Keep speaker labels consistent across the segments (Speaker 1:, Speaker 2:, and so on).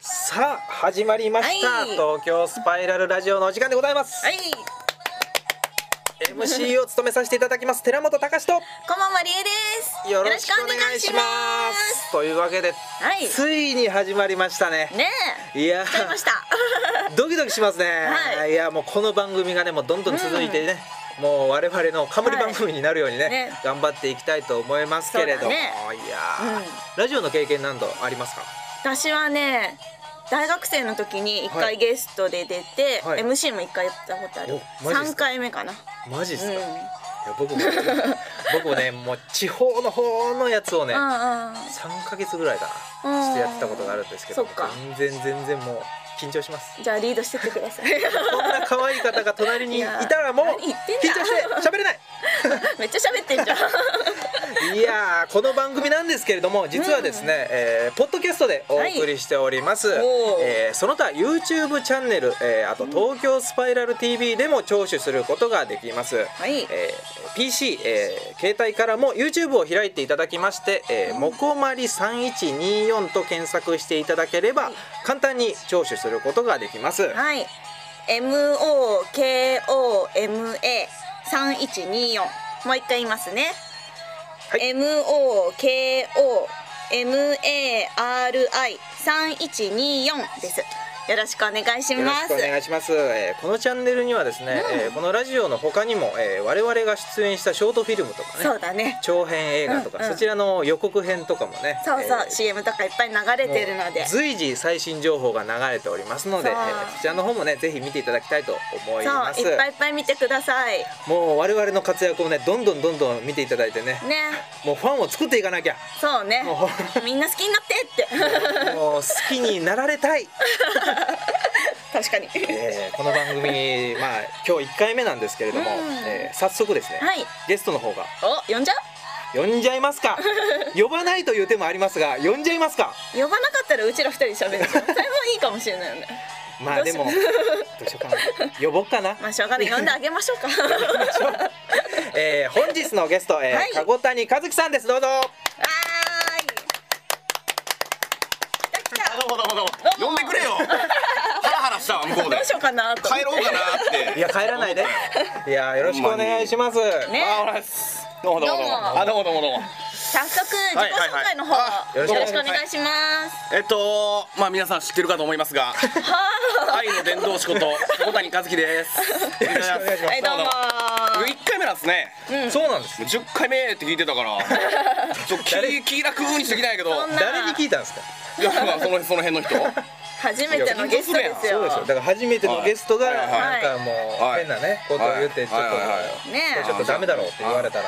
Speaker 1: さあ始まりました、
Speaker 2: はい
Speaker 1: 東京スパイラルラジオのお時間でございます、
Speaker 2: はい、
Speaker 1: MC を務めさせていただきます寺本隆史
Speaker 2: こんばんはりえです。
Speaker 1: とよろしくお願いしますというわけで、
Speaker 2: はい
Speaker 1: ついに始まりましたね
Speaker 2: ねえ、
Speaker 1: いや
Speaker 2: 来ちゃいました。
Speaker 1: ドキドキしますね、、
Speaker 2: はい
Speaker 1: やもうこの番組がねもうどんどん続いてね、もう我々の冠番組になるようにね,、
Speaker 2: いね
Speaker 1: 頑張っていきたいと思いますけれども、
Speaker 2: そうだね
Speaker 1: いやー、
Speaker 2: うん
Speaker 1: ラジオの経験何度ありますか
Speaker 2: 私はね、大学生の時に一
Speaker 1: はい
Speaker 2: 回ゲストで出て、
Speaker 1: はい
Speaker 2: MC も一回やったことある
Speaker 1: お。マジですか
Speaker 2: 三回目かな。
Speaker 1: マジです
Speaker 2: うん
Speaker 1: か、いや僕も僕もねもう地方の方のやつをね、
Speaker 2: うんうん。
Speaker 1: 3ヶ月ぐらいか
Speaker 2: う
Speaker 1: なんしてやってたことがあるんですけど
Speaker 2: そっか
Speaker 1: 全然全然もう緊張します
Speaker 2: じゃあリードしてってください。
Speaker 1: こんな 可愛い方が隣にい
Speaker 2: いや
Speaker 1: たらもう緊
Speaker 2: 何言ってんだ
Speaker 1: 張して喋れない
Speaker 2: めっちゃ喋って んじゃん。
Speaker 1: いやーこの番組なんですけれども実はですね、えーポッドキャストでお送りしております、
Speaker 2: いおー
Speaker 1: えーその他 YouTube チャンネル、えーあと東京スパイラル TV でも聴取することができます、
Speaker 2: はい。
Speaker 1: えー PC、えー携帯からも YouTube を開いていただきまして「えーもこまり3124」と検索していただければ簡単に聴取することができます。
Speaker 2: はい。M O K O M A 三一二四。もう一回言いますね。
Speaker 1: はい
Speaker 2: M O K O M A R I 三一二四です。よろしくお願いし
Speaker 1: よろ
Speaker 2: ま
Speaker 1: し
Speaker 2: す。
Speaker 1: くお願いします、えーこのチャンネルにはですね、えーこのラジオの他にも、えー我々が出演したショートフィルムとかね
Speaker 2: そうだね。
Speaker 1: 長編映画とか、
Speaker 2: うんうん
Speaker 1: そちらの予告編とかもね
Speaker 2: そうそう、
Speaker 1: えー
Speaker 2: CM とかいっぱい流れてるの
Speaker 1: も
Speaker 2: で
Speaker 1: う。随時最新情報が流れておりますので、え
Speaker 2: そう
Speaker 1: ーそちらの方もねぜひ見ていただきたいと思いま
Speaker 2: そ
Speaker 1: す
Speaker 2: う、いっぱいいっぱい見てください。ね。
Speaker 1: もう我々の活躍をねどんどんどんどん見ていただいてねもうファンを作っていか なきゃ
Speaker 2: そうね
Speaker 1: も。
Speaker 2: みんな好きになって って。
Speaker 1: もう好きになられたい、
Speaker 2: 確かに。は
Speaker 1: えーこの番組まあ今日1回目なんですけれども、
Speaker 2: うん
Speaker 1: えー早速ですね、
Speaker 2: い。
Speaker 1: ゲストの方が
Speaker 2: お、呼んじゃう
Speaker 1: 呼んじゃいます か呼ばないという手もありますが呼んじゃいますか
Speaker 2: 呼ばなかったらうちら二人で喋るじゃん。それもいいかもしれないよね。
Speaker 1: まあでもどうしようかな呼ぼっかな
Speaker 2: まあしょうがない呼んであげましょうか。
Speaker 1: えー、本日のゲスト、えー
Speaker 2: はい
Speaker 1: 籠谷和樹さんですどうぞ
Speaker 2: わーい。来た来た。
Speaker 3: どうもどうもど
Speaker 2: ど
Speaker 3: うも
Speaker 2: うも
Speaker 3: 呼んでくれよハラハラしたわ向こう
Speaker 2: ど
Speaker 3: で
Speaker 2: うしようかなと。
Speaker 3: 帰ろうかなって
Speaker 1: いや帰らないでいやよろしくお願いします、
Speaker 2: ね。
Speaker 3: どうもどうもどう
Speaker 2: どうも
Speaker 3: もあどうもどうもどうも
Speaker 2: 早速自己
Speaker 3: はいはい
Speaker 2: 紹介の方、
Speaker 3: あ
Speaker 1: よろしく
Speaker 2: よろしくお願いします。
Speaker 3: えっとまあ皆さん知ってるかと思いますが愛の伝道師こと小谷和樹ですよろしくお願いし
Speaker 2: はいどうも。
Speaker 3: 1回目なんですね
Speaker 1: そうなんです
Speaker 3: もう10回目って聞いてたからちょっと気気楽にしてきたんやけど
Speaker 2: そんな
Speaker 1: 誰に聞いたんですか
Speaker 3: いやまあそのその辺の人
Speaker 2: 初めてのゲストです
Speaker 1: そう
Speaker 2: よ
Speaker 1: ですよだ。から初めてのゲストが
Speaker 3: はいはい
Speaker 1: なんかもう
Speaker 3: はい
Speaker 1: 変なねことを言ってちょっと
Speaker 3: はいはいはい
Speaker 2: ね
Speaker 1: ちょっとダメだろうって言われたら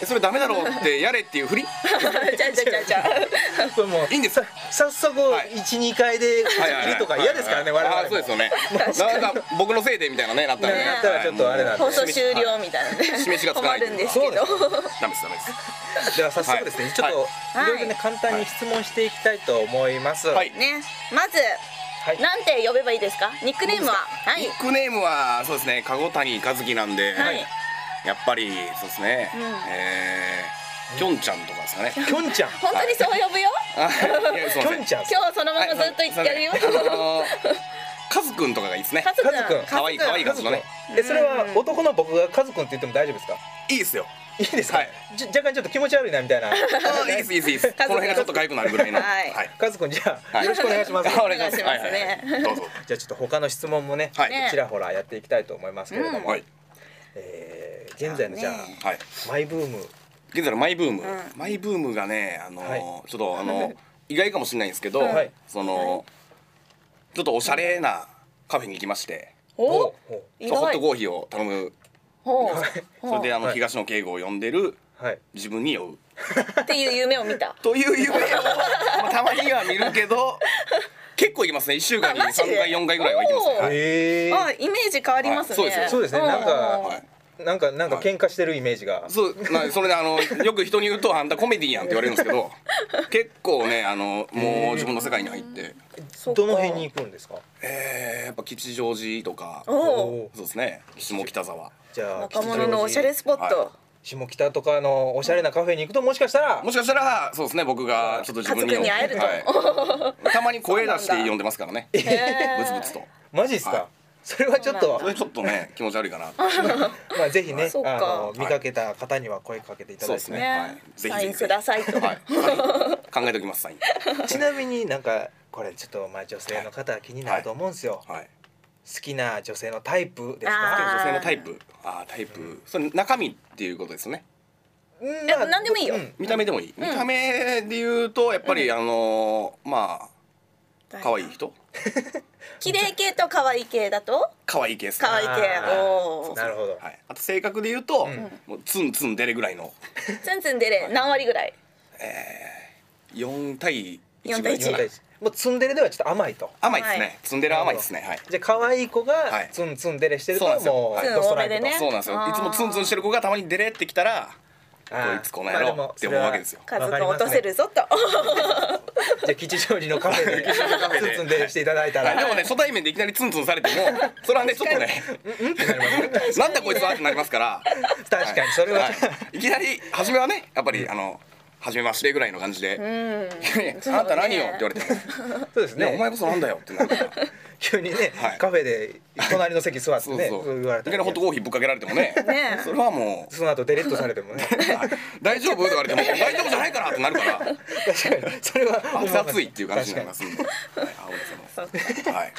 Speaker 3: えそれダメだろうってやれっていうふり
Speaker 2: え。じゃあじゃあじゃあじゃあ。
Speaker 1: これもう
Speaker 3: いいんですか
Speaker 1: 早速
Speaker 3: はい
Speaker 1: 12回で切りとか嫌ですからね我々
Speaker 3: あ
Speaker 1: も
Speaker 3: ーそうですよねなんか僕のせいでみたいなねなった
Speaker 1: なんんか
Speaker 3: で
Speaker 2: ね
Speaker 1: やったらちょっとあれなんで
Speaker 2: 放送終了みたいなね。
Speaker 3: 示しがつか
Speaker 2: 困
Speaker 3: ない
Speaker 2: るんですけど。
Speaker 1: そう
Speaker 3: ダメですダメです
Speaker 1: では早速ですね、
Speaker 3: はい
Speaker 1: ちょっと、
Speaker 2: は
Speaker 1: い、
Speaker 2: い
Speaker 1: ろいろね簡単に質問していきたいと思います。
Speaker 3: はい
Speaker 2: ね。まず
Speaker 1: はい
Speaker 2: なんて呼べばいいですか。ニックネームははい
Speaker 3: ニ。ックネームはそうですね籠谷和樹なんで、
Speaker 2: はい
Speaker 3: やっぱりそうですね、
Speaker 2: うん
Speaker 3: えーきょんちゃんとかですかね
Speaker 1: きょんちゃん、
Speaker 2: 本当にそう呼ぶよ。
Speaker 3: あいやすい
Speaker 1: き
Speaker 3: ま
Speaker 1: ょ
Speaker 3: せ
Speaker 1: ん
Speaker 3: ん
Speaker 1: ちゃん、
Speaker 2: 今日そのままずっと言ってやるよ。
Speaker 3: はいあのー、カズくんとかがいいですね
Speaker 2: カズくん。
Speaker 1: カズくん
Speaker 3: かわいいかわいい
Speaker 1: カ
Speaker 3: カ
Speaker 1: ズ
Speaker 3: ズ
Speaker 1: くん
Speaker 3: くん。
Speaker 1: え、それは男の僕がカズくんって言っても大丈夫ですか。
Speaker 3: いいですよ
Speaker 1: いいですか。
Speaker 3: はい
Speaker 1: じゃ若干ちょっと気持ち悪いなみたいな。
Speaker 3: あーいいですいいですいいですこ
Speaker 2: カズくん
Speaker 3: の辺がちょっとかゆくなるぐらいの
Speaker 2: はい
Speaker 1: カズくんじゃあ、
Speaker 3: はい
Speaker 1: よろしくお願いします。
Speaker 3: あお
Speaker 2: 願いします
Speaker 3: はいはいはいどうぞ
Speaker 1: じゃあちょっと他の質問もね、
Speaker 3: はい
Speaker 2: ね
Speaker 1: ちらほらやっていきたいと思いますけれども、
Speaker 3: はい
Speaker 1: えー現在のじゃあ、
Speaker 2: ね
Speaker 3: はい
Speaker 1: マイブーム。
Speaker 3: 現在のマイブー
Speaker 2: ん
Speaker 3: ム、マイブームがねあのー
Speaker 1: はい
Speaker 3: ちょっとあのー意外かもしれないんですけど、
Speaker 1: はい
Speaker 3: そのちょっとおしゃれなカフェに行きまして、
Speaker 2: お。
Speaker 1: ほ
Speaker 2: 意
Speaker 3: ホット
Speaker 2: 外。
Speaker 3: コーヒーを頼む
Speaker 2: ほう。
Speaker 3: それであの
Speaker 1: はい
Speaker 3: 東野敬吾を呼んでる
Speaker 1: うはい。
Speaker 3: 自分に酔う
Speaker 2: っていう夢を見た。
Speaker 3: という夢を まあたまには見るけど結構行きますね1週間に
Speaker 2: あマジで
Speaker 3: 3回4回ぐらいは行きますね
Speaker 2: おー
Speaker 3: はい
Speaker 1: え
Speaker 2: あ、イメージ変わりますね。
Speaker 3: はいそうですよ
Speaker 1: そうですねなんか
Speaker 3: はい
Speaker 1: ー、なんかなんか喧嘩してるイメージが。
Speaker 3: そうなそれであのよく人に言うと「あんたコメディやん」って言われるんですけど結構ねあのもう自分の世界に入って、
Speaker 2: そうか
Speaker 1: どの辺に行くんですか。
Speaker 3: えーやっぱ吉祥寺とか
Speaker 2: おお。
Speaker 3: そうですね下北沢
Speaker 1: じゃあ
Speaker 2: 若者のおしゃれスポッ
Speaker 3: は
Speaker 2: ト。
Speaker 1: 下北とかのおしゃれなカフェに行くともしかしたら
Speaker 3: もしかしたらそうですね僕がちょっと自分に
Speaker 2: 家族に会えると
Speaker 3: はいたまに声出して呼んでますから ねブツブツと
Speaker 1: マジですか、
Speaker 3: はい
Speaker 1: それはちょっと
Speaker 2: そうなんだ
Speaker 3: それちょっとね気持ち悪 いかな
Speaker 1: まあぜひね
Speaker 2: そう
Speaker 1: あ
Speaker 2: か
Speaker 1: の見かけた方には声かけていた
Speaker 3: そ
Speaker 1: だ
Speaker 3: うで
Speaker 1: い
Speaker 3: す
Speaker 1: て、
Speaker 3: ね
Speaker 2: ね
Speaker 3: はいぜひぜひ
Speaker 2: サインくださいと
Speaker 3: はいはい考えておきますサイン
Speaker 1: ちなみになんかこれちょっとまあ女性の方は気になると思うんですよ、
Speaker 3: はい
Speaker 1: 好きな女性のタイプです
Speaker 2: あ
Speaker 1: か
Speaker 3: 女性のタイプああタイプそれ中身っていうことですね
Speaker 1: うん
Speaker 2: え何でもいいよ
Speaker 1: うん
Speaker 3: 見た目でもいい見た目で言うとやっぱりあのーまあ可愛い人
Speaker 2: 綺麗系と可愛い系だと
Speaker 3: 可愛い系ですね
Speaker 2: 可愛い系
Speaker 1: あー
Speaker 2: おお
Speaker 1: なるほど、
Speaker 3: はいあと性格で言うと
Speaker 1: うん
Speaker 3: もうツンツン出るぐらいの
Speaker 2: ツンツン出れ何割ぐらい
Speaker 3: 4対
Speaker 2: 4
Speaker 3: 1
Speaker 2: 対
Speaker 3: ぐ
Speaker 2: い一
Speaker 1: 了
Speaker 3: ら
Speaker 1: 解で
Speaker 3: い
Speaker 1: すもうツンデレではちょっと甘いと
Speaker 3: 甘いです
Speaker 2: はい
Speaker 3: ねツンデレは甘いですねはい
Speaker 1: じゃあ可愛い子
Speaker 3: は
Speaker 1: が
Speaker 3: い
Speaker 1: ツンツンデレしてると
Speaker 3: そうなんですよ
Speaker 1: もう
Speaker 3: はい
Speaker 1: ドストライク
Speaker 2: ツン多めでね
Speaker 3: そうなんですよ
Speaker 2: あー
Speaker 3: いつもツンツンしてる子がたまにデレってきたら
Speaker 1: あー
Speaker 3: こいつこの野郎
Speaker 1: まあも
Speaker 3: って思うわけですよ
Speaker 1: それ
Speaker 2: 数
Speaker 1: は
Speaker 2: が落とせるぞと
Speaker 1: わ かりますねじゃあ吉祥寺のカフェでツ
Speaker 3: ェで
Speaker 1: ンツンデレしていただいた
Speaker 3: はい
Speaker 1: ら
Speaker 3: でもね初対面でいきなりツンツンされてもそれはねちょっとねなんだこいつはってなりますから
Speaker 1: 確かにそれは、
Speaker 3: はいいきなり初めはねやっぱりあの初めましてぐらいの感じで
Speaker 2: う
Speaker 3: 「
Speaker 2: ん
Speaker 3: いやあんた何よ」って言われても
Speaker 1: そうです
Speaker 3: いや「お
Speaker 1: ね
Speaker 3: 前こそなんだよ」ってなるから
Speaker 1: 急にね、
Speaker 3: はい
Speaker 1: カフェで隣の席座って
Speaker 3: そう
Speaker 1: ね
Speaker 3: そ
Speaker 1: そう
Speaker 3: う
Speaker 1: 言われ
Speaker 3: いき
Speaker 1: た
Speaker 3: なりホットコーヒーぶっかけられてもね
Speaker 2: ね
Speaker 3: それはもう
Speaker 1: その後デレッとされても ね
Speaker 3: 「大丈夫?」って言われても「大丈夫じゃないから」ってなるから
Speaker 1: 確かにそれは思います
Speaker 3: 熱いっていう感じになりますんではい青
Speaker 2: そう
Speaker 3: 木さんもはい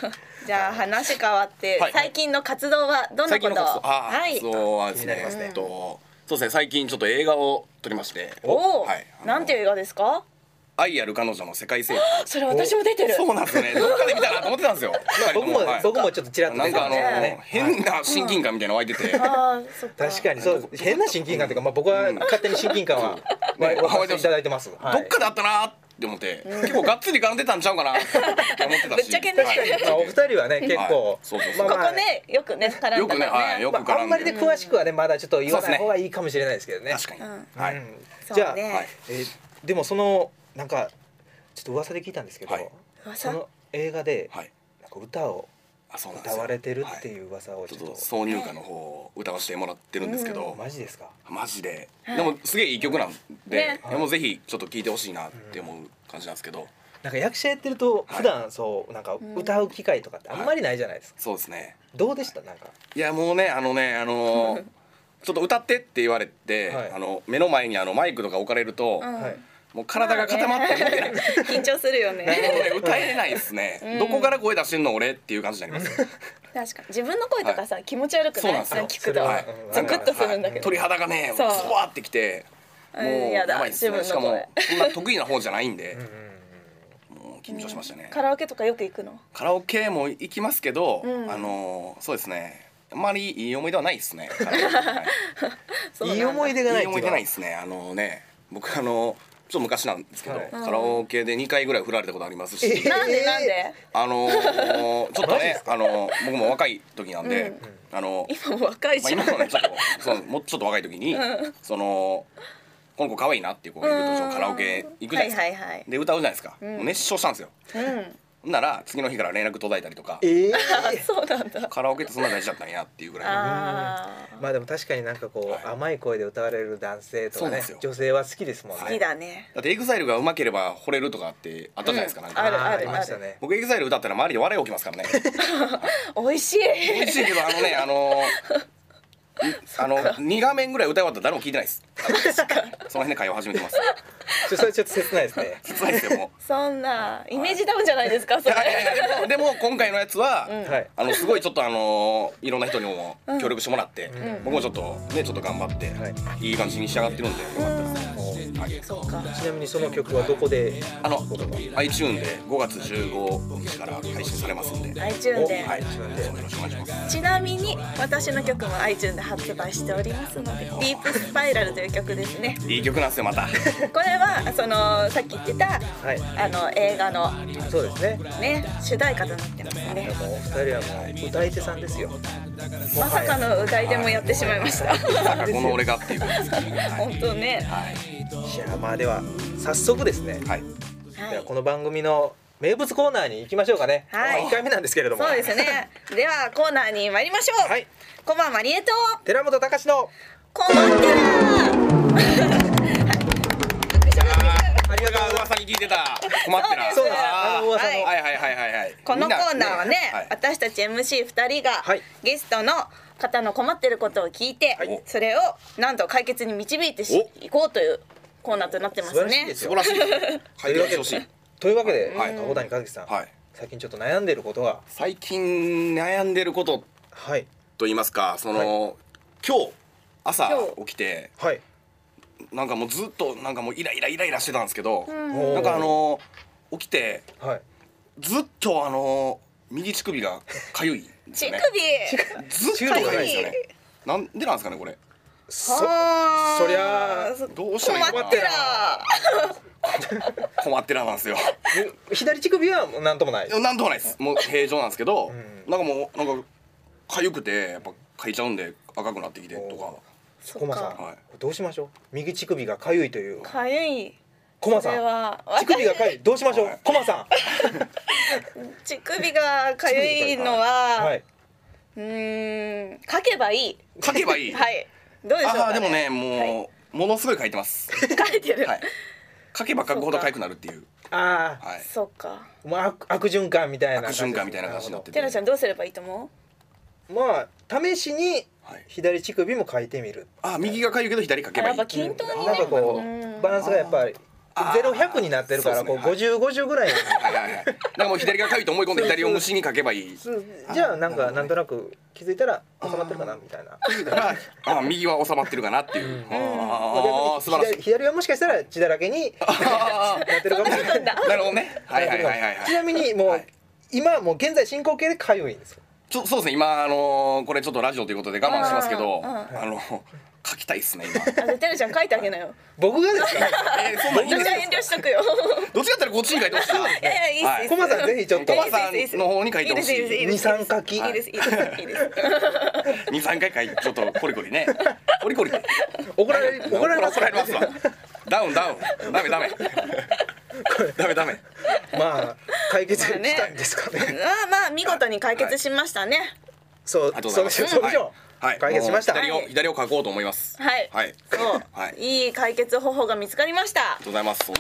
Speaker 2: じゃあ話変わって
Speaker 3: はい
Speaker 2: 最近の活動はどんな
Speaker 3: 最
Speaker 2: こと
Speaker 3: 近の活動あー
Speaker 2: はい
Speaker 3: 活動はです
Speaker 1: 気になります
Speaker 3: ね
Speaker 1: ね
Speaker 3: えっとそうですね最近ちょっと映画を撮りまして
Speaker 2: おお、
Speaker 3: はいあの
Speaker 2: なんていう映画ですか
Speaker 3: 愛ある彼女の世界征服
Speaker 2: それ私も出てる
Speaker 3: そうなんですねどっかで見たなと思ってたんですよ
Speaker 1: 僕も、
Speaker 3: はい
Speaker 1: 僕もちょっとちらっと
Speaker 3: なん
Speaker 1: 出て
Speaker 3: かあ
Speaker 1: ま
Speaker 3: の
Speaker 1: したね
Speaker 3: 変な親近感みたいなの湧いてて
Speaker 2: あーそっか
Speaker 1: 確かにそうです変な親近感というか、まあ、僕は勝手に親近感 は、ね
Speaker 3: うん
Speaker 1: 湧かせていただいてます、はい
Speaker 3: どっかであったなーって思って結構がっつり絡んでたんちゃうかなって思ってた
Speaker 2: ぶ
Speaker 3: し
Speaker 2: っちゃけね
Speaker 3: はい
Speaker 1: まあ、お二人はね結構、
Speaker 3: そうそうそう
Speaker 2: ここねよくね絡ん
Speaker 3: よ
Speaker 2: だ
Speaker 3: く
Speaker 2: か
Speaker 3: ね
Speaker 2: ら
Speaker 3: は
Speaker 2: ね
Speaker 3: いよく
Speaker 1: まあ、あ
Speaker 3: 絡
Speaker 1: ん
Speaker 3: ん
Speaker 1: ま
Speaker 3: で
Speaker 1: りね詳しくはねまだちょっと言わ
Speaker 3: そう
Speaker 1: ない
Speaker 3: ですね
Speaker 1: 方がいいかもしれないですけどね
Speaker 3: 確かに
Speaker 2: うん
Speaker 3: は
Speaker 1: う
Speaker 3: い
Speaker 1: ん
Speaker 2: そう
Speaker 1: じゃあ、
Speaker 2: ね
Speaker 3: はい
Speaker 1: えーでもそのなんかちょっと噂で聞いたんですけど、
Speaker 3: はい
Speaker 2: 噂
Speaker 1: その映画で、
Speaker 3: はい
Speaker 1: なんか歌を
Speaker 3: あそうなんです
Speaker 1: 歌
Speaker 3: よ
Speaker 1: われてるって
Speaker 3: は
Speaker 1: いう噂を
Speaker 3: い
Speaker 1: ち
Speaker 3: ち
Speaker 1: ょっ
Speaker 3: ょっ
Speaker 1: と、
Speaker 3: と挿入歌の方を歌わせてもらってるんですけど
Speaker 1: マジですか
Speaker 3: マジででもすげえいい曲なん
Speaker 2: ね
Speaker 3: でいやもうぜひちょっと聴いてほしいなって思う感じなんですけど
Speaker 1: なんか役者やってると普段そうなんか歌う機会とかってあんまりないじゃないですか、
Speaker 3: そうですね
Speaker 1: どうでしたなんか
Speaker 3: いやもうねあのね あのーちょっと歌ってって言われて、
Speaker 1: はい
Speaker 3: あの目の前にあのマイクとか置かれると、
Speaker 2: うん
Speaker 1: はい
Speaker 3: もう体が固まってきて、
Speaker 2: 緊張するよ
Speaker 3: もう
Speaker 2: ね
Speaker 3: ね歌えないですね、
Speaker 2: うん
Speaker 3: どこから声出してんの俺っていう感じになります、
Speaker 2: 確かに自分の声とかさ気持ち悪く
Speaker 3: そう
Speaker 2: な
Speaker 3: な
Speaker 2: い
Speaker 3: んですよ
Speaker 2: 聞く
Speaker 1: それ
Speaker 2: と
Speaker 1: はうん
Speaker 2: ゾクッとするんだけ
Speaker 3: はい
Speaker 2: ど
Speaker 3: 鳥肌がねズ
Speaker 2: そう
Speaker 3: ワーってきて
Speaker 2: うん
Speaker 3: もう
Speaker 2: やだ
Speaker 3: ばいですねし
Speaker 2: 自
Speaker 3: か
Speaker 2: 分の声
Speaker 3: もそんな得意な方じゃないんで
Speaker 1: うんうん
Speaker 3: もう緊張しましたね
Speaker 2: カラオケとかよく行くの
Speaker 3: カラオケも行きますけど、
Speaker 2: うん
Speaker 3: あのーそうですねあんまりいい思い出はないですね、はい
Speaker 2: そ
Speaker 1: う
Speaker 2: うな
Speaker 1: い
Speaker 2: んんだ
Speaker 1: い思い出がないいっ
Speaker 3: い
Speaker 1: て
Speaker 3: 思
Speaker 1: うの
Speaker 3: い出
Speaker 1: は
Speaker 3: ないですねあのね僕あのちょっと昔なんですけど、
Speaker 1: はい
Speaker 3: カラオケで2回ぐらい振られたことありますし、
Speaker 1: え
Speaker 2: なんでなんで
Speaker 3: あのーちょっと
Speaker 1: マジっ
Speaker 3: ね
Speaker 1: す
Speaker 3: あの僕も若い時なんで、あの、
Speaker 2: 今も若い
Speaker 3: まあ、
Speaker 2: じゃ
Speaker 3: 今
Speaker 2: ん
Speaker 3: のねちょっとそうもうちょっと若い時に、そのこの子可愛いなっていう子がいるとちょっとカラオケ行くじゃないですか、
Speaker 2: はいはいはい
Speaker 3: で歌うじゃないですか、もう熱唱したんですよ
Speaker 2: うん
Speaker 3: ほんなら次の日から連絡途絶えたりとか
Speaker 1: ええ
Speaker 2: あ そうなんだ
Speaker 3: カラオケってそんな大事だったんやっていうぐらい
Speaker 2: あー
Speaker 1: まあでも確かになんかこう、
Speaker 3: はい
Speaker 1: 甘い声で歌われる男性と
Speaker 3: そう
Speaker 1: か
Speaker 3: な
Speaker 1: ね
Speaker 3: んですよ
Speaker 1: 女性は好きですもんね
Speaker 2: 好きだね
Speaker 3: だってエグザイルがうまければ惚れるとかってあったじゃないですか,、
Speaker 2: うん
Speaker 3: なん
Speaker 1: あ
Speaker 3: か
Speaker 1: ー
Speaker 2: ある
Speaker 1: ありましたね
Speaker 3: 僕エグザイル歌ったら周りで笑い起きますからね
Speaker 2: 美味しい
Speaker 3: 美味しいけどあのねあのあの2画面ぐらい歌い終わったら誰も聞いてないですその辺で会話始めてます
Speaker 1: ちょそれちょっと切ないですね
Speaker 3: 切ないですよも う
Speaker 2: そんなイメージダウンじゃないですかそ
Speaker 3: いやい
Speaker 2: れ
Speaker 3: やいやでもでも今回のやつは、
Speaker 2: ん
Speaker 1: はい
Speaker 3: あのすごいちょっとあのいろんな人にも協力してもらって、
Speaker 1: う
Speaker 3: 僕もちょっとねちょっと頑張って、
Speaker 1: はい
Speaker 3: い、い感じに仕上がってるんでよかったですね、はい
Speaker 2: そうか
Speaker 1: ちなみにその曲はどこで
Speaker 3: あの iTune で5月15日から配信されますんで、
Speaker 2: iTune で
Speaker 3: はい、よろしくお願いします。
Speaker 2: ちなみに私の曲も iTune で発売しておりますので「ディープスパイラル」という曲ですね
Speaker 3: いい曲なんですよまた。
Speaker 2: これはそのさっき言ってた
Speaker 1: はい
Speaker 2: あの映画の
Speaker 1: そうですね
Speaker 2: ね主題歌となってますね
Speaker 1: もうお二人はもう歌い手さんですよ
Speaker 2: まさかの歌いでもやってしまいました
Speaker 3: なんかこの俺がっていうことですね。はい
Speaker 2: 本当ね
Speaker 1: いやまあでは早速ですね、
Speaker 3: はい。
Speaker 2: は
Speaker 1: ではいこの番組の名物コーナーに行きましょうかね、
Speaker 2: はい
Speaker 1: 1回目なんですけれども
Speaker 2: そうですねではコーナーに参りましょう、
Speaker 1: はい
Speaker 2: コバマリエと
Speaker 1: 寺本隆の
Speaker 2: コマテラ
Speaker 3: ありがとう噂に聞いてた。困ってな。
Speaker 2: そうです
Speaker 3: あー
Speaker 1: あの噂の
Speaker 3: はいはいはいはいはい。
Speaker 2: このコーナーはね
Speaker 3: みんなはい
Speaker 2: 私たち MC2 人が、
Speaker 1: はい
Speaker 2: ゲストの方の困ってることを聞いて、
Speaker 3: い
Speaker 2: それをなんと解決に導いてしいこうというコーナーとなってま
Speaker 1: 素
Speaker 2: す
Speaker 1: 晴らしい
Speaker 2: ね
Speaker 1: で。す
Speaker 3: 素
Speaker 1: よ
Speaker 3: 晴らしい。解決してほしい。
Speaker 1: というわけで
Speaker 3: はい
Speaker 1: 小谷和樹さん
Speaker 3: はい。
Speaker 1: 最近ちょっと悩んでることが
Speaker 3: 最近悩んでること
Speaker 1: はい
Speaker 3: と言いますか、その今日朝
Speaker 2: 今日
Speaker 3: 起きて、
Speaker 1: はい
Speaker 3: なんかもうずっとなんかもうイライライライラしてたんですけど、
Speaker 1: おー
Speaker 3: なんかあの起きて
Speaker 1: はい
Speaker 3: ずっとあの右乳首が痒いんです
Speaker 2: 乳
Speaker 3: よ
Speaker 2: 首
Speaker 3: ね。ずっと痒いんですよね。なんでなんですかねこれ。
Speaker 1: そ
Speaker 2: あー
Speaker 1: そりゃあ
Speaker 3: どうしたらいいのか
Speaker 2: 困
Speaker 3: な。
Speaker 2: ってら
Speaker 3: 困ってらなんですよ。
Speaker 1: む左乳首はもうなんともない
Speaker 3: いやなんともないですもう平常なんですけど、
Speaker 1: うん
Speaker 3: なんかもうなんか痒くてやっぱかいちゃうんで赤くなってきてと
Speaker 1: お
Speaker 3: か
Speaker 2: そ
Speaker 1: コ
Speaker 2: っ
Speaker 1: マさん、
Speaker 2: か
Speaker 3: はい
Speaker 1: これどうしましょう右乳首が痒いという
Speaker 2: かゆい
Speaker 1: コマ
Speaker 2: そ
Speaker 1: さ
Speaker 2: れ
Speaker 1: ん
Speaker 2: は
Speaker 1: 乳首が痒いどうしましょ
Speaker 3: は
Speaker 1: う
Speaker 3: い
Speaker 1: コマさ
Speaker 2: 乳首がかゆいの
Speaker 1: ん
Speaker 2: は、
Speaker 1: はいう
Speaker 2: ーん書けばいい
Speaker 3: 書けばいい、
Speaker 2: はいどうでしょう
Speaker 3: ああ
Speaker 2: か、ね、
Speaker 3: でもねもう、
Speaker 2: は
Speaker 3: ものすごい書いてます、
Speaker 2: 書いてる、
Speaker 3: はい、書けば書くほど痒くなるっていう
Speaker 1: ああ
Speaker 3: はい
Speaker 2: そっか
Speaker 1: もう悪悪循環みたいな感
Speaker 3: 悪
Speaker 1: じです
Speaker 3: 循環みたいな感じになってて
Speaker 2: テラちゃんどうすればいいと思
Speaker 1: まあ試しに
Speaker 3: はい、
Speaker 1: 左乳首も書いてみる
Speaker 3: あ右が痒いけど左書けばいい
Speaker 2: やっぱ均等にね
Speaker 1: なんかこ
Speaker 2: うん
Speaker 1: うバランスがやっぱり
Speaker 3: あー
Speaker 1: ゼロ百になってるからこう
Speaker 3: そう
Speaker 1: 五
Speaker 3: で
Speaker 1: 十五十ぐらいに
Speaker 3: はいはいはいなんかもう左が痒いと思い込んで左を虫に書けばいい
Speaker 1: じゃあなんかな
Speaker 3: なるほどね
Speaker 1: んとなく気づいたら収まってるかなみたいな
Speaker 3: あ あ右は収まってるかなっていう、あーあー素晴らし
Speaker 1: 左
Speaker 3: い
Speaker 1: 左はもしかしたら血だらけに
Speaker 3: あ
Speaker 1: なってるかもしれない
Speaker 3: あなるほどねはいはいはいはい、はい、
Speaker 1: ちなみにもう、
Speaker 3: はい
Speaker 1: 今もう現在進行形でかゆいんですよ
Speaker 3: ちょそうですね今あのーこれちょっとラジオということで我慢しますけど
Speaker 2: うん
Speaker 3: あの書きたいっすね
Speaker 2: う
Speaker 3: 今
Speaker 2: あじゃあテラちゃん書いてあげなよ
Speaker 1: 僕がです ね
Speaker 3: えーそんなんいいん
Speaker 2: 私は
Speaker 3: です
Speaker 2: 遠慮しとくよ
Speaker 3: どっちかっていうとこっちに書いてほしい
Speaker 2: いやいやいいっす
Speaker 1: コマさんぜひちょっと
Speaker 3: おばさんの方に書いてほしい
Speaker 2: いいですいいです
Speaker 1: 二三書き
Speaker 2: いいですいいですいいです
Speaker 3: 二三回書いてちょっとコリコリね コリコリ
Speaker 1: 怒られ怒られます
Speaker 3: 怒られますわダウンダウンダメダメダメダメ
Speaker 1: まあ解決したんですかね
Speaker 2: まあまあ見事に解決しましたね
Speaker 1: そう
Speaker 3: ありがとうござ
Speaker 1: そ
Speaker 3: い
Speaker 1: う
Speaker 3: ます
Speaker 1: しそうでしょう、
Speaker 3: はい
Speaker 1: 解決しました
Speaker 3: もう左
Speaker 2: は
Speaker 3: を
Speaker 2: い
Speaker 3: 左を書こうと思いますあ
Speaker 2: はい、
Speaker 3: はい
Speaker 2: そう、
Speaker 3: はい
Speaker 2: い、い解決方法が見つかりました
Speaker 3: りがとうございます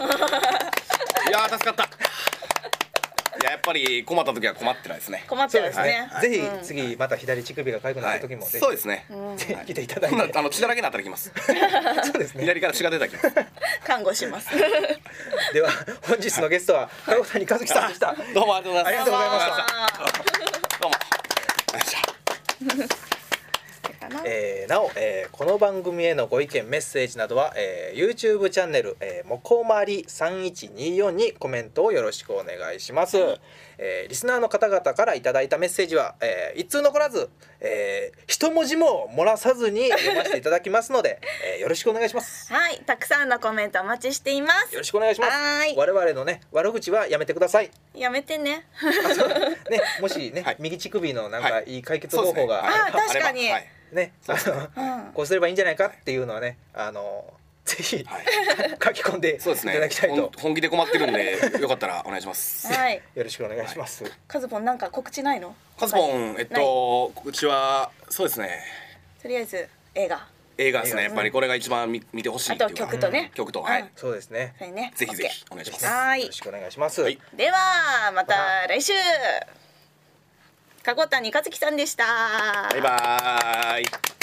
Speaker 3: いやー助かったいややっぱり困った時は困ってないですね
Speaker 2: 困ってですね、
Speaker 1: ぜひ次また左乳首が痒くな
Speaker 3: は
Speaker 1: っ
Speaker 3: い
Speaker 1: た時もぜひ、
Speaker 3: そうですね
Speaker 1: ぜ
Speaker 3: はい
Speaker 1: ひ来ていただい
Speaker 3: こん
Speaker 1: て、
Speaker 3: なあの血だらけになったらきます
Speaker 1: そうですね
Speaker 3: 左から血が出たきます
Speaker 2: 看護します
Speaker 1: では本日のゲストは小谷和樹さんでした
Speaker 3: どうもありがとうございます
Speaker 1: ありがとうございました
Speaker 3: どうもよいしょ
Speaker 1: えーなお、えーこの番組へのご意見メッセージなどは、えー YouTube チャンネル、えーもこまり3124にコメントをよろしくお願いします、えーリスナーの方々からいただいたメッセージは、えー一通残らず、えー一文字も漏らさずに読ませていただきますので、 えーよろしくお願いします
Speaker 2: はいたくさんのコメントお待ちしていま
Speaker 1: よろしくお願いします
Speaker 2: はーい
Speaker 1: 我々のね悪口はやめてくだ さい
Speaker 2: すやめてね
Speaker 1: あそうねもしね、
Speaker 3: はい
Speaker 1: 右乳首のなん
Speaker 3: は
Speaker 1: か
Speaker 3: い
Speaker 1: いい解決方法が、
Speaker 3: はい
Speaker 2: あー確かに
Speaker 3: あれば
Speaker 1: ね、あ
Speaker 2: う
Speaker 1: の、
Speaker 2: ん
Speaker 1: こうすればいいんじゃないかっていうのはね、あの、ぜひ、
Speaker 3: はい
Speaker 1: 書き込んでい
Speaker 3: そうですね
Speaker 1: ただきたい
Speaker 3: ほん
Speaker 1: と、
Speaker 3: 本気で困ってるんでよかったらお願いします
Speaker 2: はい
Speaker 1: よろしくお願いします。
Speaker 2: カズポンなんか告知ないの
Speaker 3: カズポンえっとうちはそうですね
Speaker 2: とりあえず映画
Speaker 3: 映画ですねやっぱりこれが一番見見てほしいっていうか
Speaker 2: あと曲とね
Speaker 3: 曲とは
Speaker 2: う
Speaker 3: い
Speaker 2: ん
Speaker 1: そうですね。
Speaker 2: それね
Speaker 3: ぜひぜひお願いします
Speaker 2: はーい
Speaker 1: よろしくお願いします。
Speaker 3: はい
Speaker 2: OK ではまた来週加古谷和樹さんでした
Speaker 3: バイバーイ